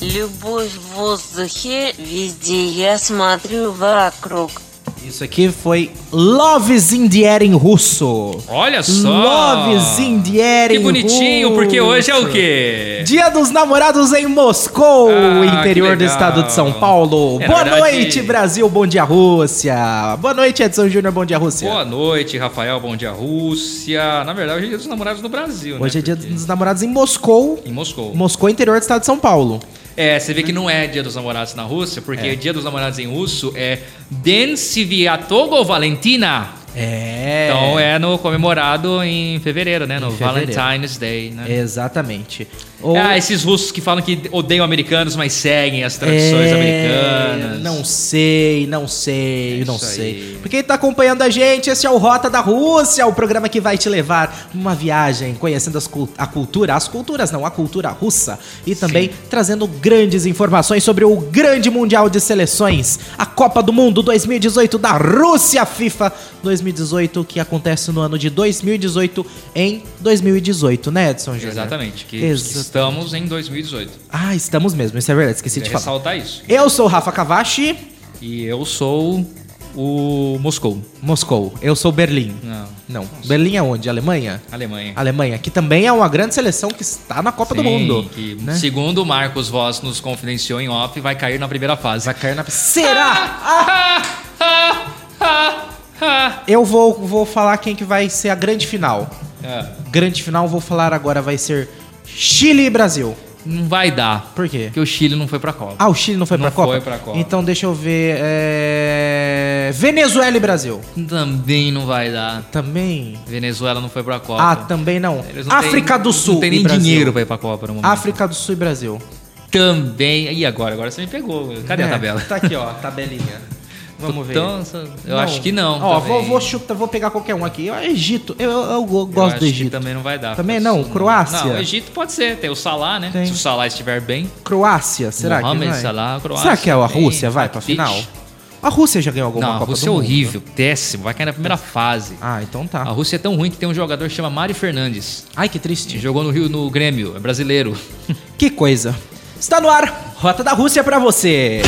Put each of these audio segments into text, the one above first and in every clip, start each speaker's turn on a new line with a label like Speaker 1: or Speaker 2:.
Speaker 1: Любовь в воздухе, везде я смотрю вокруг.
Speaker 2: Isso aqui foi Loves in the Air em russo.
Speaker 3: Olha só!
Speaker 2: Loves in the Air
Speaker 3: Que
Speaker 2: em
Speaker 3: bonitinho,
Speaker 2: russo.
Speaker 3: porque hoje é o quê?
Speaker 2: Dia dos Namorados em Moscou,
Speaker 3: Ah,
Speaker 2: interior
Speaker 3: que
Speaker 2: do
Speaker 3: legal.
Speaker 2: estado de São Paulo.
Speaker 3: É, na
Speaker 2: Boa
Speaker 3: verdade-
Speaker 2: noite, Brasil. Bom dia, Rússia. Boa noite, Edson Júnior. Bom dia, Rússia.
Speaker 3: Boa noite, Rafael. Bom dia, Rússia. Na verdade, hoje é dia dos namorados no Brasil,
Speaker 2: Hoje
Speaker 3: né?
Speaker 2: é dia
Speaker 3: Porque-
Speaker 2: dos namorados em Moscou.
Speaker 3: Em Moscou.
Speaker 2: Moscou, interior do estado de São Paulo.
Speaker 3: É, você vê que não é dia dos namorados na Rússia, porque
Speaker 2: É.
Speaker 3: dia dos namorados em russo é Den Sviatogo Valentina.
Speaker 2: É.
Speaker 3: Então é no comemorado em fevereiro, né? No
Speaker 2: Em fevereiro.
Speaker 3: Valentine's Day, né?
Speaker 2: Exatamente. Ou-
Speaker 3: Ah, esses russos que falam que odeiam americanos, mas seguem as tradições
Speaker 2: É,
Speaker 3: americanas.
Speaker 2: Não sei, não sei,
Speaker 3: É
Speaker 2: não
Speaker 3: isso
Speaker 2: sei.
Speaker 3: aí.
Speaker 2: Pra quem tá acompanhando a gente, esse é o Rota da Rússia, o programa que vai te levar uma viagem conhecendo as cul- a cultura, as culturas não, a cultura russa. E também trazendo grandes informações sobre o grande Mundial de Seleções, a Copa do Mundo 2018 da Rússia FIFA 2018, que acontece no ano de 2018 em 2018, né, Edson Júnior?
Speaker 3: Exatamente, que
Speaker 2: Exatamente.
Speaker 3: estamos em 2018.
Speaker 2: Ah, estamos mesmo, isso é verdade, esqueci de
Speaker 3: Queria
Speaker 2: falar.
Speaker 3: ressaltar isso.
Speaker 2: Eu sou o Rafa Kavashi.
Speaker 3: E eu sou o Moscou.
Speaker 2: Moscou. Eu sou Berlim.
Speaker 3: Não,
Speaker 2: Não. Berlim é onde? Alemanha?
Speaker 3: Alemanha.
Speaker 2: Alemanha, que também é uma grande seleção que está na Copa do
Speaker 3: Sim,
Speaker 2: Mundo.
Speaker 3: que,
Speaker 2: né?
Speaker 3: Segundo o Marcos Voss nos confidenciou em off, vai cair na primeira fase. Ah, Vai cair na
Speaker 2: Será?
Speaker 3: primeira
Speaker 2: Eu vou, vou falar quem que vai ser a grande final. Grande final, vou falar agora, vai ser Chile e Brasil.
Speaker 3: Não vai dar.
Speaker 2: Por quê?
Speaker 3: Porque o Chile não foi pra Copa.
Speaker 2: Ah, o Chile não foi
Speaker 3: Não
Speaker 2: pra Copa?
Speaker 3: foi pra Copa.
Speaker 2: Então deixa eu ver. é, Venezuela e Brasil.
Speaker 3: Também não vai dar.
Speaker 2: Também.
Speaker 3: Venezuela não foi pra Copa.
Speaker 2: Ah, também não.
Speaker 3: Eles não
Speaker 2: África
Speaker 3: têm-
Speaker 2: do Sul.
Speaker 3: Não tem nem
Speaker 2: e Brasil.
Speaker 3: dinheiro pra ir pra Copa no momento.
Speaker 2: África do Sul e Brasil.
Speaker 3: Também. E agora? Agora você me pegou. Cadê a
Speaker 2: É,
Speaker 3: tabela?
Speaker 2: Tá aqui, ó, tabelinha. Vamos ver.
Speaker 3: Então, eu
Speaker 2: Não.
Speaker 3: acho que não.
Speaker 2: Ó,
Speaker 3: também.
Speaker 2: vou, vou chutar, vou pegar qualquer um aqui. Ó, Egito. Eu, eu- eu go- gosto
Speaker 3: acho
Speaker 2: do
Speaker 3: que
Speaker 2: Egito.
Speaker 3: também não vai dar.
Speaker 2: Também não? Croácia?
Speaker 3: Não, o Egito pode ser. Tem o Salah, né?
Speaker 2: Tem.
Speaker 3: Se o Salah estiver bem.
Speaker 2: Croácia, será
Speaker 3: Mohamed
Speaker 2: que vai?
Speaker 3: Salah, Croácia
Speaker 2: será que é a
Speaker 3: também.
Speaker 2: Rússia vai pra
Speaker 3: Rakitic.
Speaker 2: final? A Rússia já ganhou alguma
Speaker 3: não, a
Speaker 2: Copa do
Speaker 3: Rússia é
Speaker 2: Mundo? né?
Speaker 3: horrível, péssimo. Vai cair na primeira fase.
Speaker 2: Ah, então
Speaker 3: A
Speaker 2: tá.
Speaker 3: Rússia é tão ruim que tem um jogador que chama Mário Fernandes.
Speaker 2: Ai, que
Speaker 3: que
Speaker 2: triste.
Speaker 3: Jogou no Rio, no Grêmio. É brasileiro.
Speaker 2: Que coisa. Está no ar. Rota da Rússia pra você.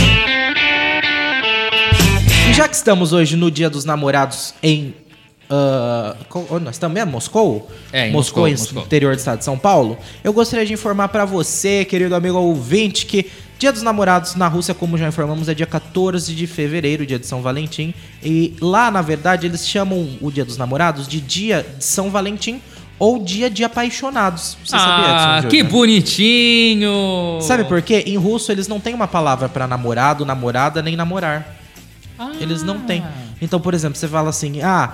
Speaker 2: E já que estamos hoje no Dia dos Namorados em. ah, qual- onde nós estamos mesmo? Moscou?
Speaker 3: É, em
Speaker 2: Moscou,
Speaker 3: Moscou,
Speaker 2: em-
Speaker 3: Moscou.
Speaker 2: interior do estado de São Paulo. Eu gostaria de informar pra você, querido amigo ouvinte, que Dia dos Namorados na Rússia, como já informamos, é dia 14 de fevereiro, dia de São Valentim. E lá, na verdade, eles chamam o Dia dos Namorados de Dia de São Valentim ou Dia de Apaixonados. Você sabia
Speaker 3: ah,
Speaker 2: disso?
Speaker 3: que
Speaker 2: Júnior?
Speaker 3: bonitinho!
Speaker 2: Sabe por quê? Em russo eles não têm uma palavra pra namorado, namorada, nem namorar.
Speaker 3: Ah.
Speaker 2: Eles não têm. Então, por exemplo, você fala assim: "Ah,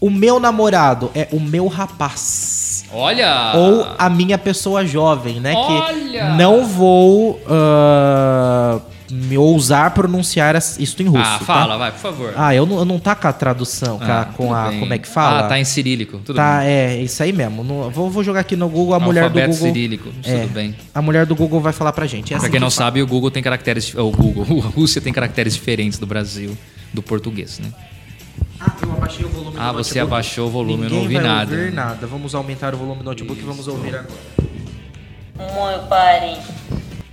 Speaker 2: o meu namorado é o meu rapaz."
Speaker 3: Olha!
Speaker 2: Ou a minha pessoa jovem, né?
Speaker 3: Ah. Olha!
Speaker 2: Que não vou ah, me ousar pronunciar as- isso em russo.
Speaker 3: Ah,
Speaker 2: tá?
Speaker 3: fala, vai, por favor.
Speaker 2: Ah, eu não, eu não tá com a tradução, com a-
Speaker 3: Ah,
Speaker 2: com
Speaker 3: tudo
Speaker 2: a.
Speaker 3: bem.
Speaker 2: Como é que fala?
Speaker 3: Ah, tá em cirílico. Tudo
Speaker 2: Tá,
Speaker 3: bem.
Speaker 2: é, isso aí mesmo. Não- vou, vou jogar aqui no Google a mulher do
Speaker 3: Alfabeto
Speaker 2: Google.
Speaker 3: cirílico,
Speaker 2: É,
Speaker 3: tudo bem.
Speaker 2: A mulher do Google vai falar pra gente. É
Speaker 3: Pra
Speaker 2: assim
Speaker 3: quem
Speaker 2: que
Speaker 3: não
Speaker 2: fala.
Speaker 3: sabe, o Google tem caracteres. O Google, a Rússia tem caracteres diferentes do Brasil, do português, né?
Speaker 2: Ah, eu abaixei o volume
Speaker 3: Ah,
Speaker 2: do
Speaker 3: você
Speaker 2: notebook.
Speaker 3: abaixou o volume, eu não
Speaker 2: Ninguém
Speaker 3: ouvi
Speaker 2: vai
Speaker 3: nada.
Speaker 2: ouvir nada. Vamos aumentar o volume do notebook e vamos ouvir agora.
Speaker 1: Мой парень.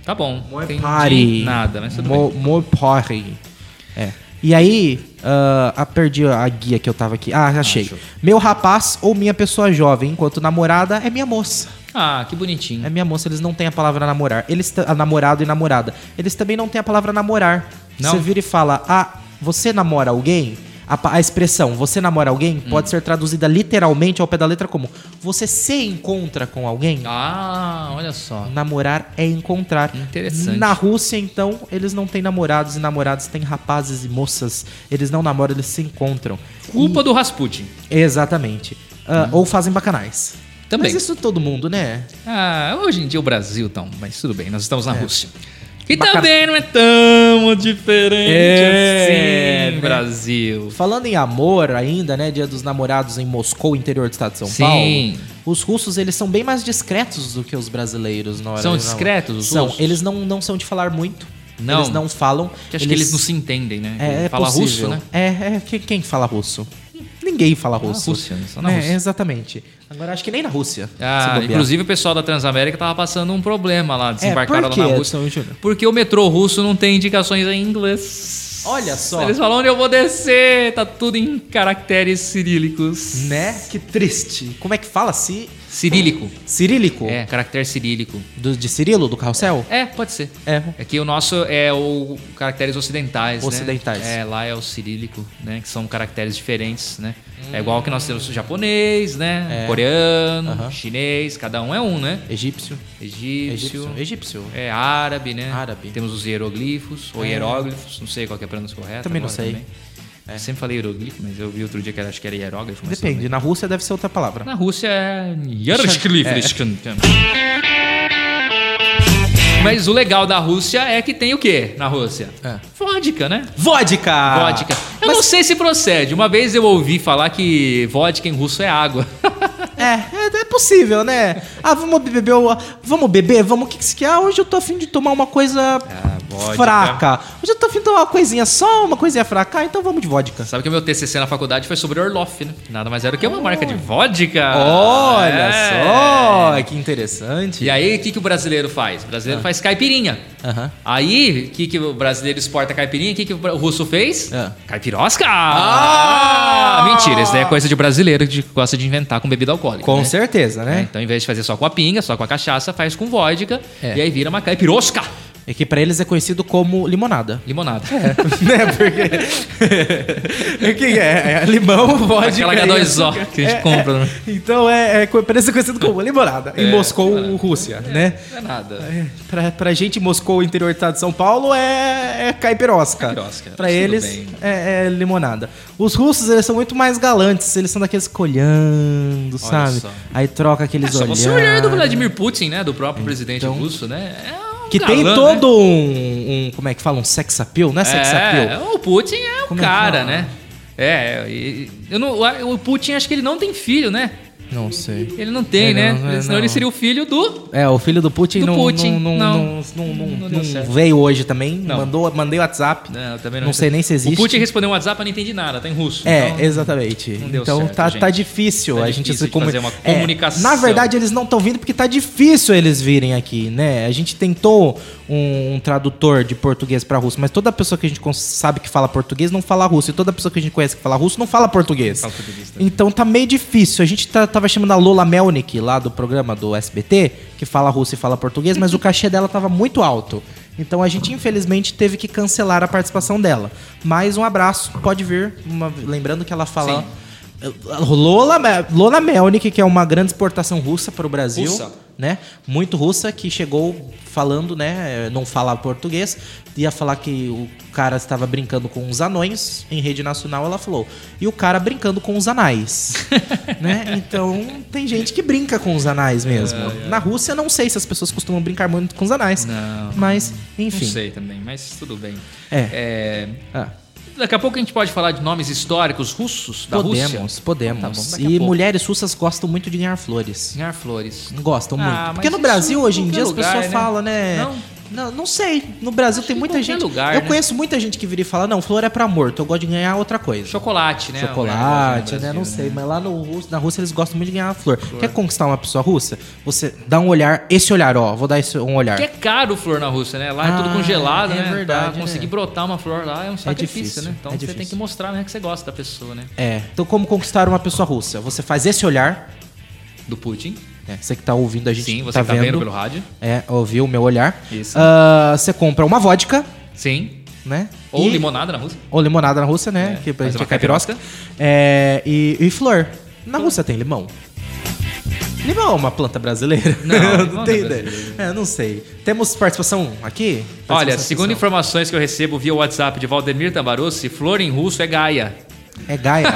Speaker 3: Tá bom. não entendi
Speaker 2: Pare.
Speaker 3: Nada, mas tudo bem.
Speaker 2: Mo- mo- pare. É. E aí, ah, ah, perdi a guia que eu tava aqui. Ah, achei.
Speaker 3: Achou.
Speaker 2: Meu rapaz ou minha pessoa jovem, enquanto namorada é minha moça.
Speaker 3: Ah, que bonitinho.
Speaker 2: É minha moça, eles não têm a palavra namorar. Eles ta- a namorado e namorada. Eles também não têm a palavra namorar.
Speaker 3: Não?
Speaker 2: Você vira e fala: "Ah, você namora alguém?" A, pa- a expressão "você namora alguém"
Speaker 3: Hum.
Speaker 2: pode ser traduzida literalmente ao pé da letra como "você se encontra com alguém".
Speaker 3: Ah, olha só.
Speaker 2: Namorar é encontrar.
Speaker 3: Interessante.
Speaker 2: Na Rússia, então, eles não têm namorados e namorados têm rapazes e moças. Eles não namoram, eles se encontram.
Speaker 3: Culpa do Rasputin.
Speaker 2: Exatamente. Ah, Ou fazem bacanais.
Speaker 3: Hum. Também.
Speaker 2: Mas isso todo mundo, né?
Speaker 3: Ah, hoje em dia o Brasil tá, um- mas tudo bem, nós estamos
Speaker 2: É.
Speaker 3: na Rússia. Que
Speaker 2: Bacana.
Speaker 3: também não é tão diferente
Speaker 2: É,
Speaker 3: assim,
Speaker 2: né?
Speaker 3: Brasil.
Speaker 2: Falando em amor ainda, né? Dia dos namorados em Moscou, interior do estado de São
Speaker 3: Sim.
Speaker 2: Paulo. Os russos, eles são bem mais discretos do que os brasileiros na hora
Speaker 3: São
Speaker 2: não.
Speaker 3: discretos os
Speaker 2: São.
Speaker 3: russos?
Speaker 2: Eles não, não são de falar muito.
Speaker 3: Não.
Speaker 2: Eles não falam.
Speaker 3: Acho que eles não se entendem, né?
Speaker 2: É, é
Speaker 3: Fala
Speaker 2: possível.
Speaker 3: russo, né?
Speaker 2: É, é. Quem, quem fala russo? Ninguém fala russo.
Speaker 3: Rússia, né? Só na
Speaker 2: É,
Speaker 3: Rússia.
Speaker 2: Exatamente. Agora, acho que nem na Rússia. se
Speaker 3: Ah,
Speaker 2: bobear. É,
Speaker 3: inclusive o pessoal da Transamérica tava passando um problema lá,
Speaker 2: por
Speaker 3: desembarcaram lá
Speaker 2: quê,
Speaker 3: na Rússia.
Speaker 2: Edson Júnior?
Speaker 3: Porque o metrô russo não tem indicações em inglês.
Speaker 2: Olha só.
Speaker 3: Eles falam onde eu vou descer, tá tudo em caracteres cirílicos.
Speaker 2: Né? Que triste. Como é que fala? Ci...
Speaker 3: Cirílico.
Speaker 2: Cirílico?
Speaker 3: É, caractere cirílico.
Speaker 2: Do, de Cirilo, do carrossel?
Speaker 3: É, pode ser.
Speaker 2: É.
Speaker 3: É que o nosso é o caracteres ocidentais, né?
Speaker 2: Ocidentais.
Speaker 3: É, lá é o cirílico, né? Que são caracteres diferentes, né? É igual que nós temos o japonês, né?
Speaker 2: Hum. É.
Speaker 3: Coreano,
Speaker 2: Aham.
Speaker 3: chinês, cada um é um, né?
Speaker 2: Egípcio.
Speaker 3: Egípcio.
Speaker 2: Egípcio. Egípcio.
Speaker 3: É árabe, né?
Speaker 2: Árabe.
Speaker 3: Temos os hieroglifos, ou
Speaker 2: É.
Speaker 3: hieróglifos, não sei qual que é a pronúncia correta.
Speaker 2: Também não
Speaker 3: agora
Speaker 2: sei. É.
Speaker 3: Sempre falei hieroglifo, mas eu vi outro dia que era, acho que era hieróglifo. mas tudo
Speaker 2: Depende. Na Rússia deve ser outra palavra.
Speaker 3: bem. Na Rússia é hieroglifo.
Speaker 2: É.
Speaker 3: Mas o legal da Rússia é que tem o quê na Rússia?
Speaker 2: É. Ah.
Speaker 3: Vodka, né?
Speaker 2: Vodka!
Speaker 3: Vodka. Eu não sei se procede. Uma vez eu ouvi falar que vodka em russo é água.
Speaker 2: É, é, é possível, né? Ah, vamos beber, o- vamos beber, vamos, o que que se quer? Ah, hoje eu tô afim de tomar uma coisa
Speaker 3: Ah, vodka.
Speaker 2: fraca. Hoje eu tô afim de tomar uma coisinha só, uma coisinha fraca, ah, então vamos de vodka.
Speaker 3: Sabe que o meu TCC na faculdade foi sobre Orloff, né? Nada mais era que uma marca de vodka.
Speaker 2: Ah. Olha
Speaker 3: É.
Speaker 2: só, que interessante.
Speaker 3: E aí, o que, que o brasileiro faz? O brasileiro faz caipirinha.
Speaker 2: Aham.
Speaker 3: Aí, o que, que o brasileiro exporta caipirinha? O que, que o russo fez?
Speaker 2: Ah.
Speaker 3: Caipirosca!
Speaker 2: Ah!
Speaker 3: Mentira, isso daí é coisa de brasileiro que gosta de inventar com bebida alcoólica.
Speaker 2: Com
Speaker 3: né?
Speaker 2: certeza,
Speaker 3: É,
Speaker 2: né?
Speaker 3: então, em vez de fazer só com a pinga, só com a cachaça, faz com vodka.
Speaker 2: É.
Speaker 3: E aí vira uma caipirosca.
Speaker 2: É que pra eles é conhecido como limonada.
Speaker 3: Limonada.
Speaker 2: né? Porque. é que é, é limão, vodka.
Speaker 3: Aquela
Speaker 2: e
Speaker 3: H2O
Speaker 2: açúcar.
Speaker 3: que a gente
Speaker 2: É,
Speaker 3: compra, né? É,
Speaker 2: é. Então é, é, co- pra eles é conhecido como limonada. Em Moscou, Rússia, né?
Speaker 3: Não é nada.
Speaker 2: É, pra, pra gente, Moscou, interior do estado de São Paulo, é, é caipirosca.
Speaker 3: Caipirosca,
Speaker 2: Pra
Speaker 3: tudo
Speaker 2: eles,
Speaker 3: bem.
Speaker 2: é, é limonada. Os russos, eles são muito mais galantes. Eles são daqueles que olhando, sabe?
Speaker 3: só.
Speaker 2: Aí troca aqueles
Speaker 3: É Só
Speaker 2: olhos.
Speaker 3: você olhar do Vladimir Putin, né? Do próprio presidente russo, né? É um
Speaker 2: Então, Que tem
Speaker 3: galã, né?
Speaker 2: todo um, um- Como é que fala? Um sex appeal, não é sex
Speaker 3: É,
Speaker 2: appeal?
Speaker 3: o Putin é o
Speaker 2: Como é que
Speaker 3: cara,
Speaker 2: fala?
Speaker 3: né? É, e- eu não, o Putin acho que ele não tem filho, né?
Speaker 2: Não sei.
Speaker 3: Ele não tem,
Speaker 2: É,
Speaker 3: né?
Speaker 2: não, é,
Speaker 3: Senão ele
Speaker 2: não.
Speaker 3: seria o filho do.
Speaker 2: É, o filho do Putin,
Speaker 3: Do
Speaker 2: não,
Speaker 3: Putin,
Speaker 2: não,
Speaker 3: não.
Speaker 2: não, não, não-
Speaker 3: Não
Speaker 2: não
Speaker 3: deu certo.
Speaker 2: veio hoje também.
Speaker 3: Não. Né?
Speaker 2: Mandou, mandei WhatsApp.
Speaker 3: Não, eu também
Speaker 2: Não sei nem se
Speaker 3: O
Speaker 2: existe.
Speaker 3: Putin respondeu um WhatsApp, eu não entendi nada, tá em russo.
Speaker 2: É,
Speaker 3: então-
Speaker 2: exatamente.
Speaker 3: não deu
Speaker 2: então
Speaker 3: certo,
Speaker 2: tá,
Speaker 3: gente.
Speaker 2: tá difícil
Speaker 3: Tá
Speaker 2: a gente
Speaker 3: difícil
Speaker 2: se
Speaker 3: de
Speaker 2: comu-
Speaker 3: fazer uma
Speaker 2: É,
Speaker 3: comunicação.
Speaker 2: na verdade, eles não estão vindo porque tá difícil eles virem aqui, né? A gente tentou um, um tradutor de português pra russo, mas toda pessoa que a gente cons- sabe que fala português não fala russo. E toda pessoa que a gente conhece que fala russo não fala português.
Speaker 3: Fala português né? também.
Speaker 2: então tá meio difícil. A gente tá- tava chamando a Lola Melnick lá do programa do SBT, que fala russo e fala português, mas o cachê dela tava muito alto. Então a gente, infelizmente, teve que cancelar a participação dela. Mas um abraço, pode vir. Uma- Lembrando que ela fala.
Speaker 3: Sim.
Speaker 2: Lola, Lola Melnik, que é uma grande exportação russa para o Brasil,
Speaker 3: Russa.
Speaker 2: né? Muito russa, que chegou falando, né? Não falava português, ia falar que o cara estava brincando com os anões em rede nacional, ela falou. E o cara brincando com os anais, né? Então tem gente que brinca com os anais mesmo.
Speaker 3: É,
Speaker 2: Na Rússia, não sei se as pessoas costumam brincar muito com os anais,
Speaker 3: Não.
Speaker 2: mas enfim.
Speaker 3: Não sei também, mas tudo bem.
Speaker 2: É.
Speaker 3: É,
Speaker 2: Ah,
Speaker 3: Daqui a pouco a gente pode falar de nomes históricos russos da
Speaker 2: podemos,
Speaker 3: Rússia.
Speaker 2: podemos.
Speaker 3: Tá bom, daqui a
Speaker 2: e
Speaker 3: pouco.
Speaker 2: mulheres russas gostam muito de ganhar flores.
Speaker 3: Senhor Flores.
Speaker 2: Gostam
Speaker 3: Ah,
Speaker 2: muito.
Speaker 3: mas
Speaker 2: Porque no
Speaker 3: isso
Speaker 2: Brasil,
Speaker 3: em
Speaker 2: hoje em
Speaker 3: qualquer
Speaker 2: dia, as
Speaker 3: lugar,
Speaker 2: pessoas
Speaker 3: né?
Speaker 2: falam, né?
Speaker 3: Não?
Speaker 2: Não, não sei. No Brasil tem
Speaker 3: em
Speaker 2: muita
Speaker 3: qualquer
Speaker 2: gente.
Speaker 3: lugar,
Speaker 2: eu
Speaker 3: né?
Speaker 2: conheço muita gente que vira e fala: não, flor é pra morto, eu gosto de ganhar outra coisa.
Speaker 3: Chocolate, né?
Speaker 2: Chocolate,
Speaker 3: O
Speaker 2: né?
Speaker 3: Brasil,
Speaker 2: Não sei, mas lá no, Rú- na Rússia eles gostam muito de ganhar a flor. Quer conquistar uma pessoa russa? Você dá um olhar, esse olhar, ó. Vou dar esse, um olhar.
Speaker 3: Porque é caro flor na Rússia, né? Lá é tudo
Speaker 2: Ah,
Speaker 3: congelado,
Speaker 2: é
Speaker 3: né?
Speaker 2: verdade,
Speaker 3: pra conseguir
Speaker 2: né?
Speaker 3: brotar uma flor lá é um sacrifício,
Speaker 2: difícil,
Speaker 3: né? Então
Speaker 2: é
Speaker 3: você
Speaker 2: difícil.
Speaker 3: tem que mostrar né, que você gosta da pessoa, né?
Speaker 2: É. Então, como conquistar uma pessoa russa? Você faz esse olhar.
Speaker 3: Do Putin.
Speaker 2: né? Você que tá ouvindo a gente.
Speaker 3: Sim, você tá, vendo. pelo rádio.
Speaker 2: É, ouviu o meu olhar.
Speaker 3: Isso.
Speaker 2: Ah, você compra uma vodka,
Speaker 3: Sim.
Speaker 2: né?
Speaker 3: Ou
Speaker 2: E-
Speaker 3: limonada na Rússia.
Speaker 2: Ou limonada na Rússia, né?
Speaker 3: É,
Speaker 2: que pra
Speaker 3: faz
Speaker 2: gente
Speaker 3: uma
Speaker 2: é caipirosca. É, e, e flor. Na Rússia tem limão. Limão é uma planta brasileira?
Speaker 3: Não,
Speaker 2: Eu
Speaker 3: limão
Speaker 2: não tenho
Speaker 3: não é
Speaker 2: ideia. É, não sei. Temos participação aqui? Participação
Speaker 3: Olha, segundo
Speaker 2: especial.
Speaker 3: informações que eu recebo via WhatsApp de Valdemir Tabarossi, flor em russo é Gaia.
Speaker 2: É Gaia.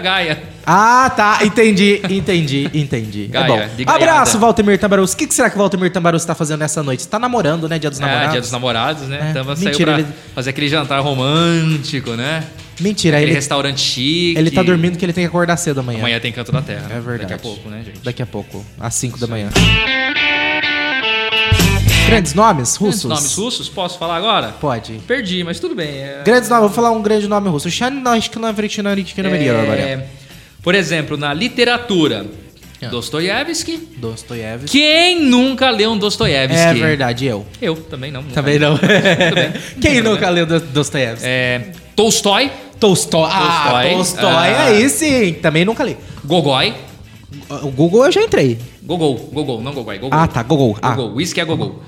Speaker 3: Gaia.
Speaker 2: Ah, tá. Entendi, entendi, entendi. É
Speaker 3: Gaia, de
Speaker 2: bom.
Speaker 3: gaiada.
Speaker 2: Abraço, Valtemir Tambarus. O que, que será que o Valtemir Tambarus tá fazendo nessa noite? Tá namorando, né? Dia dos
Speaker 3: É,
Speaker 2: namorados.
Speaker 3: dia dos namorados, né?
Speaker 2: É,
Speaker 3: Então saiu
Speaker 2: mentira,
Speaker 3: pra
Speaker 2: ele-
Speaker 3: fazer aquele jantar romântico, né?
Speaker 2: Mentira,
Speaker 3: Aquele
Speaker 2: ele,
Speaker 3: restaurante chique.
Speaker 2: ele tá dormindo que ele tem que acordar cedo amanhã.
Speaker 3: Amanhã tem Canto da Terra.
Speaker 2: É verdade.
Speaker 3: Daqui a pouco, né, gente?
Speaker 2: Daqui a pouco, às 5 da manhã. Grandes nomes russos?
Speaker 3: Grandes Nomes russos, posso falar agora?
Speaker 2: Pode.
Speaker 3: Perdi, mas tudo bem. é-
Speaker 2: Grandes nomes, vou falar um grande nome russo.
Speaker 3: É,
Speaker 2: É...
Speaker 3: Por exemplo, na literatura, Dostoiévski.
Speaker 2: Dostoiévski.
Speaker 3: Quem nunca leu um Dostoiévski?
Speaker 2: É verdade, eu.
Speaker 3: Eu também não. nunca
Speaker 2: Também
Speaker 3: li.
Speaker 2: não.
Speaker 3: bem.
Speaker 2: Quem
Speaker 3: Tudo
Speaker 2: nunca leu Do- Dostoiévski?
Speaker 3: É, Tolstói,
Speaker 2: Tolstói. Ah,
Speaker 3: Tolstói.
Speaker 2: Tolstói,
Speaker 3: Ah.
Speaker 2: aí sim. Também nunca li.
Speaker 3: Gogói.
Speaker 2: O Google eu já entrei.
Speaker 3: Gogol, Gogol, não Gogói, Gogol.
Speaker 2: Ah, tá, Google. Ah,
Speaker 3: Gogol, Whisky é Gogol.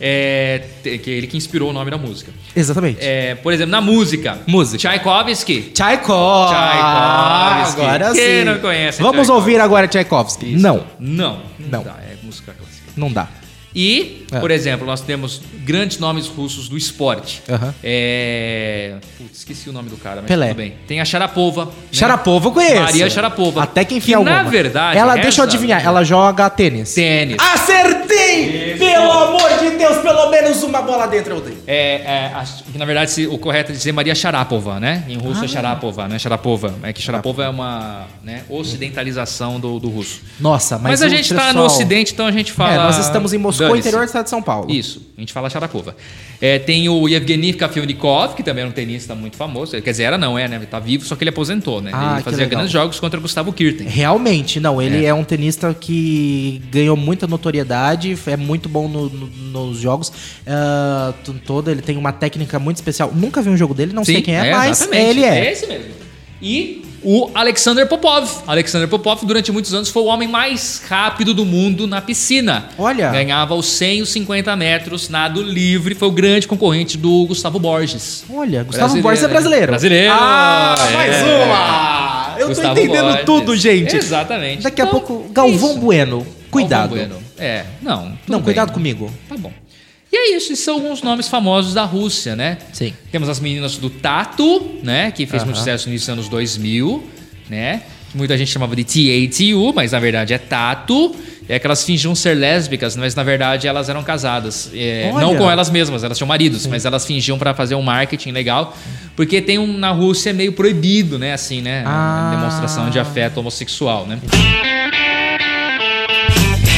Speaker 3: É, te- que ele que inspirou o nome da música.
Speaker 2: exatamente.
Speaker 3: É, por exemplo, na música.
Speaker 2: Música.
Speaker 3: Tchaikovsky.
Speaker 2: Tchaikovsky.
Speaker 3: Tchaikovsky.
Speaker 2: Agora sim.
Speaker 3: Quem não conhece
Speaker 2: Vamos
Speaker 3: Tchaikovsky?
Speaker 2: ouvir agora Tchaikovsky. Não,
Speaker 3: Não.
Speaker 2: Não.
Speaker 3: dá, é música clássica.
Speaker 2: não dá.
Speaker 3: E,
Speaker 2: É.
Speaker 3: por exemplo, nós temos grandes nomes russos do esporte.
Speaker 2: Aham.
Speaker 3: É... Putz, esqueci o nome do cara, mas
Speaker 2: Pelé.
Speaker 3: tudo bem. Tem a Sharapova. né?
Speaker 2: Sharapova eu conheço.
Speaker 3: Maria Sharapova.
Speaker 2: Até que enfim
Speaker 3: Que, na
Speaker 2: alguma.
Speaker 3: verdade, é
Speaker 2: Ela,
Speaker 3: essa- né?
Speaker 2: deixa eu adivinhar, ela joga tênis.
Speaker 3: Tênis.
Speaker 2: Acertei! Pelo amor de Deus, pelo menos uma bola dentro eu dei.
Speaker 3: É, é, a- que, na verdade, se- o correto é dizer Maria Sharapova, né? Em
Speaker 2: Ah.
Speaker 3: russo é Sharapova, né? Sharapova. É que Sharapova é uma né, ocidentalização do, do russo.
Speaker 2: Nossa, mas
Speaker 3: Mas, a
Speaker 2: o
Speaker 3: gente tá
Speaker 2: pessoal-
Speaker 3: no ocidente, então a gente fala...
Speaker 2: É, nós estamos em Moscou,
Speaker 3: Dane-se.
Speaker 2: interior do estado de São Paulo.
Speaker 3: Isso, a gente fala Sharapova. É, tem o Yevgeny Kafelnikov, que também era um tenista muito famoso. Quer dizer, era não, é, né? Ele tá vivo, só que ele aposentou, né?
Speaker 2: Ah,
Speaker 3: ele
Speaker 2: que
Speaker 3: fazia
Speaker 2: legal.
Speaker 3: grandes jogos contra o Gustavo Kirten.
Speaker 2: Realmente, não. Ele é. um tenista que ganhou muita notoriedade, é muito bom no- no- nos jogos. ah, t- todo, ele tem uma técnica muito especial. Nunca vi um jogo dele, não sei quem é, mas
Speaker 3: exatamente.
Speaker 2: ele é.
Speaker 3: É esse mesmo. E o Alexander Popov. Alexander Popov, durante muitos anos, foi o homem mais rápido do mundo na piscina.
Speaker 2: Olha.
Speaker 3: Ganhava os 100 e os 50 metros, nado livre. Foi o grande concorrente do Gustavo Borges.
Speaker 2: Olha, Gustavo
Speaker 3: Brasileiro,
Speaker 2: Borges é
Speaker 3: né?
Speaker 2: brasileiro.
Speaker 3: Brasileiro.
Speaker 2: Ah,
Speaker 3: É.
Speaker 2: mais uma! Eu
Speaker 3: Gustavo
Speaker 2: tô entendendo
Speaker 3: Borges.
Speaker 2: tudo, gente.
Speaker 3: Exatamente.
Speaker 2: Daqui a
Speaker 3: Então,
Speaker 2: pouco, Galvão
Speaker 3: isso.
Speaker 2: Bueno. Cuidado.
Speaker 3: Galvão Bueno. É, não. tudo
Speaker 2: Não,
Speaker 3: bem.
Speaker 2: cuidado comigo.
Speaker 3: Tá bom. E é isso, esses são alguns nomes famosos da Rússia, né?
Speaker 2: Sim.
Speaker 3: Temos as meninas do Tato, né? Que fez muito
Speaker 2: Aham.
Speaker 3: sucesso nos anos 2000, né? que Muita gente chamava de TATU, mas na verdade é Tato. É que elas fingiam ser lésbicas, mas na verdade elas eram casadas. É,
Speaker 2: Olha.
Speaker 3: não com elas mesmas, elas tinham maridos, mas elas fingiam pra fazer um marketing legal. Porque tem um na Rússia é meio proibido, né? Assim, né?
Speaker 2: Ah.
Speaker 3: Demonstração de afeto homossexual, né?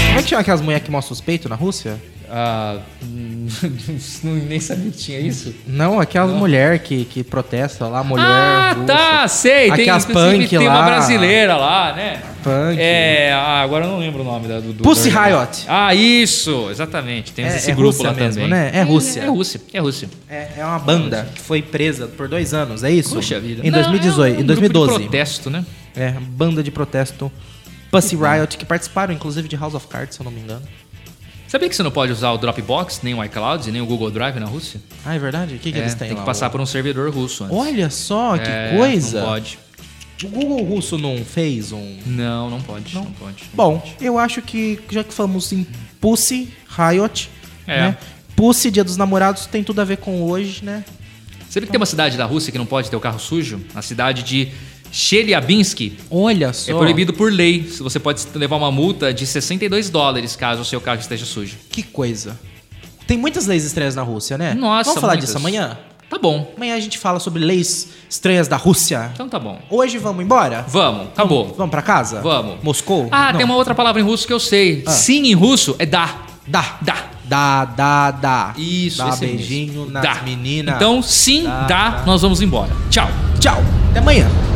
Speaker 2: Como é que chama aquelas mulheres que mostram os peitos na Rússia?
Speaker 3: Ah, hum, nem sabia que tinha isso.
Speaker 2: Não, aquelas mulheres que, que protestam lá, mulher.
Speaker 3: ah,
Speaker 2: russa.
Speaker 3: tá, sei. Tem,
Speaker 2: Aquelas
Speaker 3: inclusive,
Speaker 2: punk
Speaker 3: tem
Speaker 2: lá.
Speaker 3: uma brasileira lá, né?
Speaker 2: Punk.
Speaker 3: É, ah, agora eu não lembro o nome da do, do
Speaker 2: Pussy
Speaker 3: da-
Speaker 2: Riot.
Speaker 3: Ah, isso, exatamente. Temos
Speaker 2: É-
Speaker 3: esse
Speaker 2: é
Speaker 3: grupo
Speaker 2: Rússia
Speaker 3: lá
Speaker 2: mesmo,
Speaker 3: também.
Speaker 2: né? É Rússia.
Speaker 3: É, Rússia, é Rússia.
Speaker 2: É, é uma banda que foi presa por dois anos, é isso?
Speaker 3: Puxa vida.
Speaker 2: Em
Speaker 3: Não,
Speaker 2: 2018,
Speaker 3: é um
Speaker 2: em
Speaker 3: Grupo
Speaker 2: 2012.
Speaker 3: de protesto, né?
Speaker 2: É, banda de protesto. Pussy Riot, que participaram inclusive de House of Cards, se eu não me engano.
Speaker 3: Sabia que você não pode usar o Dropbox, nem o iCloud, nem o Google Drive na Rússia?
Speaker 2: Ah, é verdade? O que, que
Speaker 3: É,
Speaker 2: eles têm
Speaker 3: tem
Speaker 2: lá?
Speaker 3: que passar por um servidor russo antes.
Speaker 2: Olha só, que
Speaker 3: É,
Speaker 2: coisa.
Speaker 3: Não pode.
Speaker 2: O Google russo não fez um...
Speaker 3: Não, não pode. Não, pode.
Speaker 2: Bom, eu acho que já que falamos em Pussy Riot,
Speaker 3: É.
Speaker 2: né? Pussy, Dia dos Namorados, tem tudo a ver com hoje, né?
Speaker 3: Sabia que tem uma cidade da Rússia que não pode ter o carro sujo? A cidade de Chelyabinsk.
Speaker 2: Olha só.
Speaker 3: É proibido por lei. Se Você pode levar uma multa de 62 dólares caso o seu carro esteja sujo.
Speaker 2: Que coisa. Tem muitas leis estranhas na Rússia, né?
Speaker 3: Nossa,
Speaker 2: Vamos falar
Speaker 3: muitas.
Speaker 2: disso amanhã?
Speaker 3: Tá bom.
Speaker 2: Amanhã a gente fala sobre leis estranhas da Rússia.
Speaker 3: Então tá bom.
Speaker 2: Hoje vamos embora?
Speaker 3: Vamos, acabou.
Speaker 2: Vamos pra casa?
Speaker 3: Vamos.
Speaker 2: Moscou?
Speaker 3: Ah,
Speaker 2: Não. Ah.
Speaker 3: tem uma outra palavra em russo que eu sei. Sim em russo é dá.
Speaker 2: Dá.
Speaker 3: Dá.
Speaker 2: Dá, dá, dá.
Speaker 3: Isso,
Speaker 2: Dá
Speaker 3: esse mesmo.
Speaker 2: beijinho nas
Speaker 3: Dá.
Speaker 2: meninas.
Speaker 3: Então, sim,
Speaker 2: Dá,
Speaker 3: dá,
Speaker 2: dá.
Speaker 3: nós vamos embora. Tchau.
Speaker 2: tchau. Até amanhã.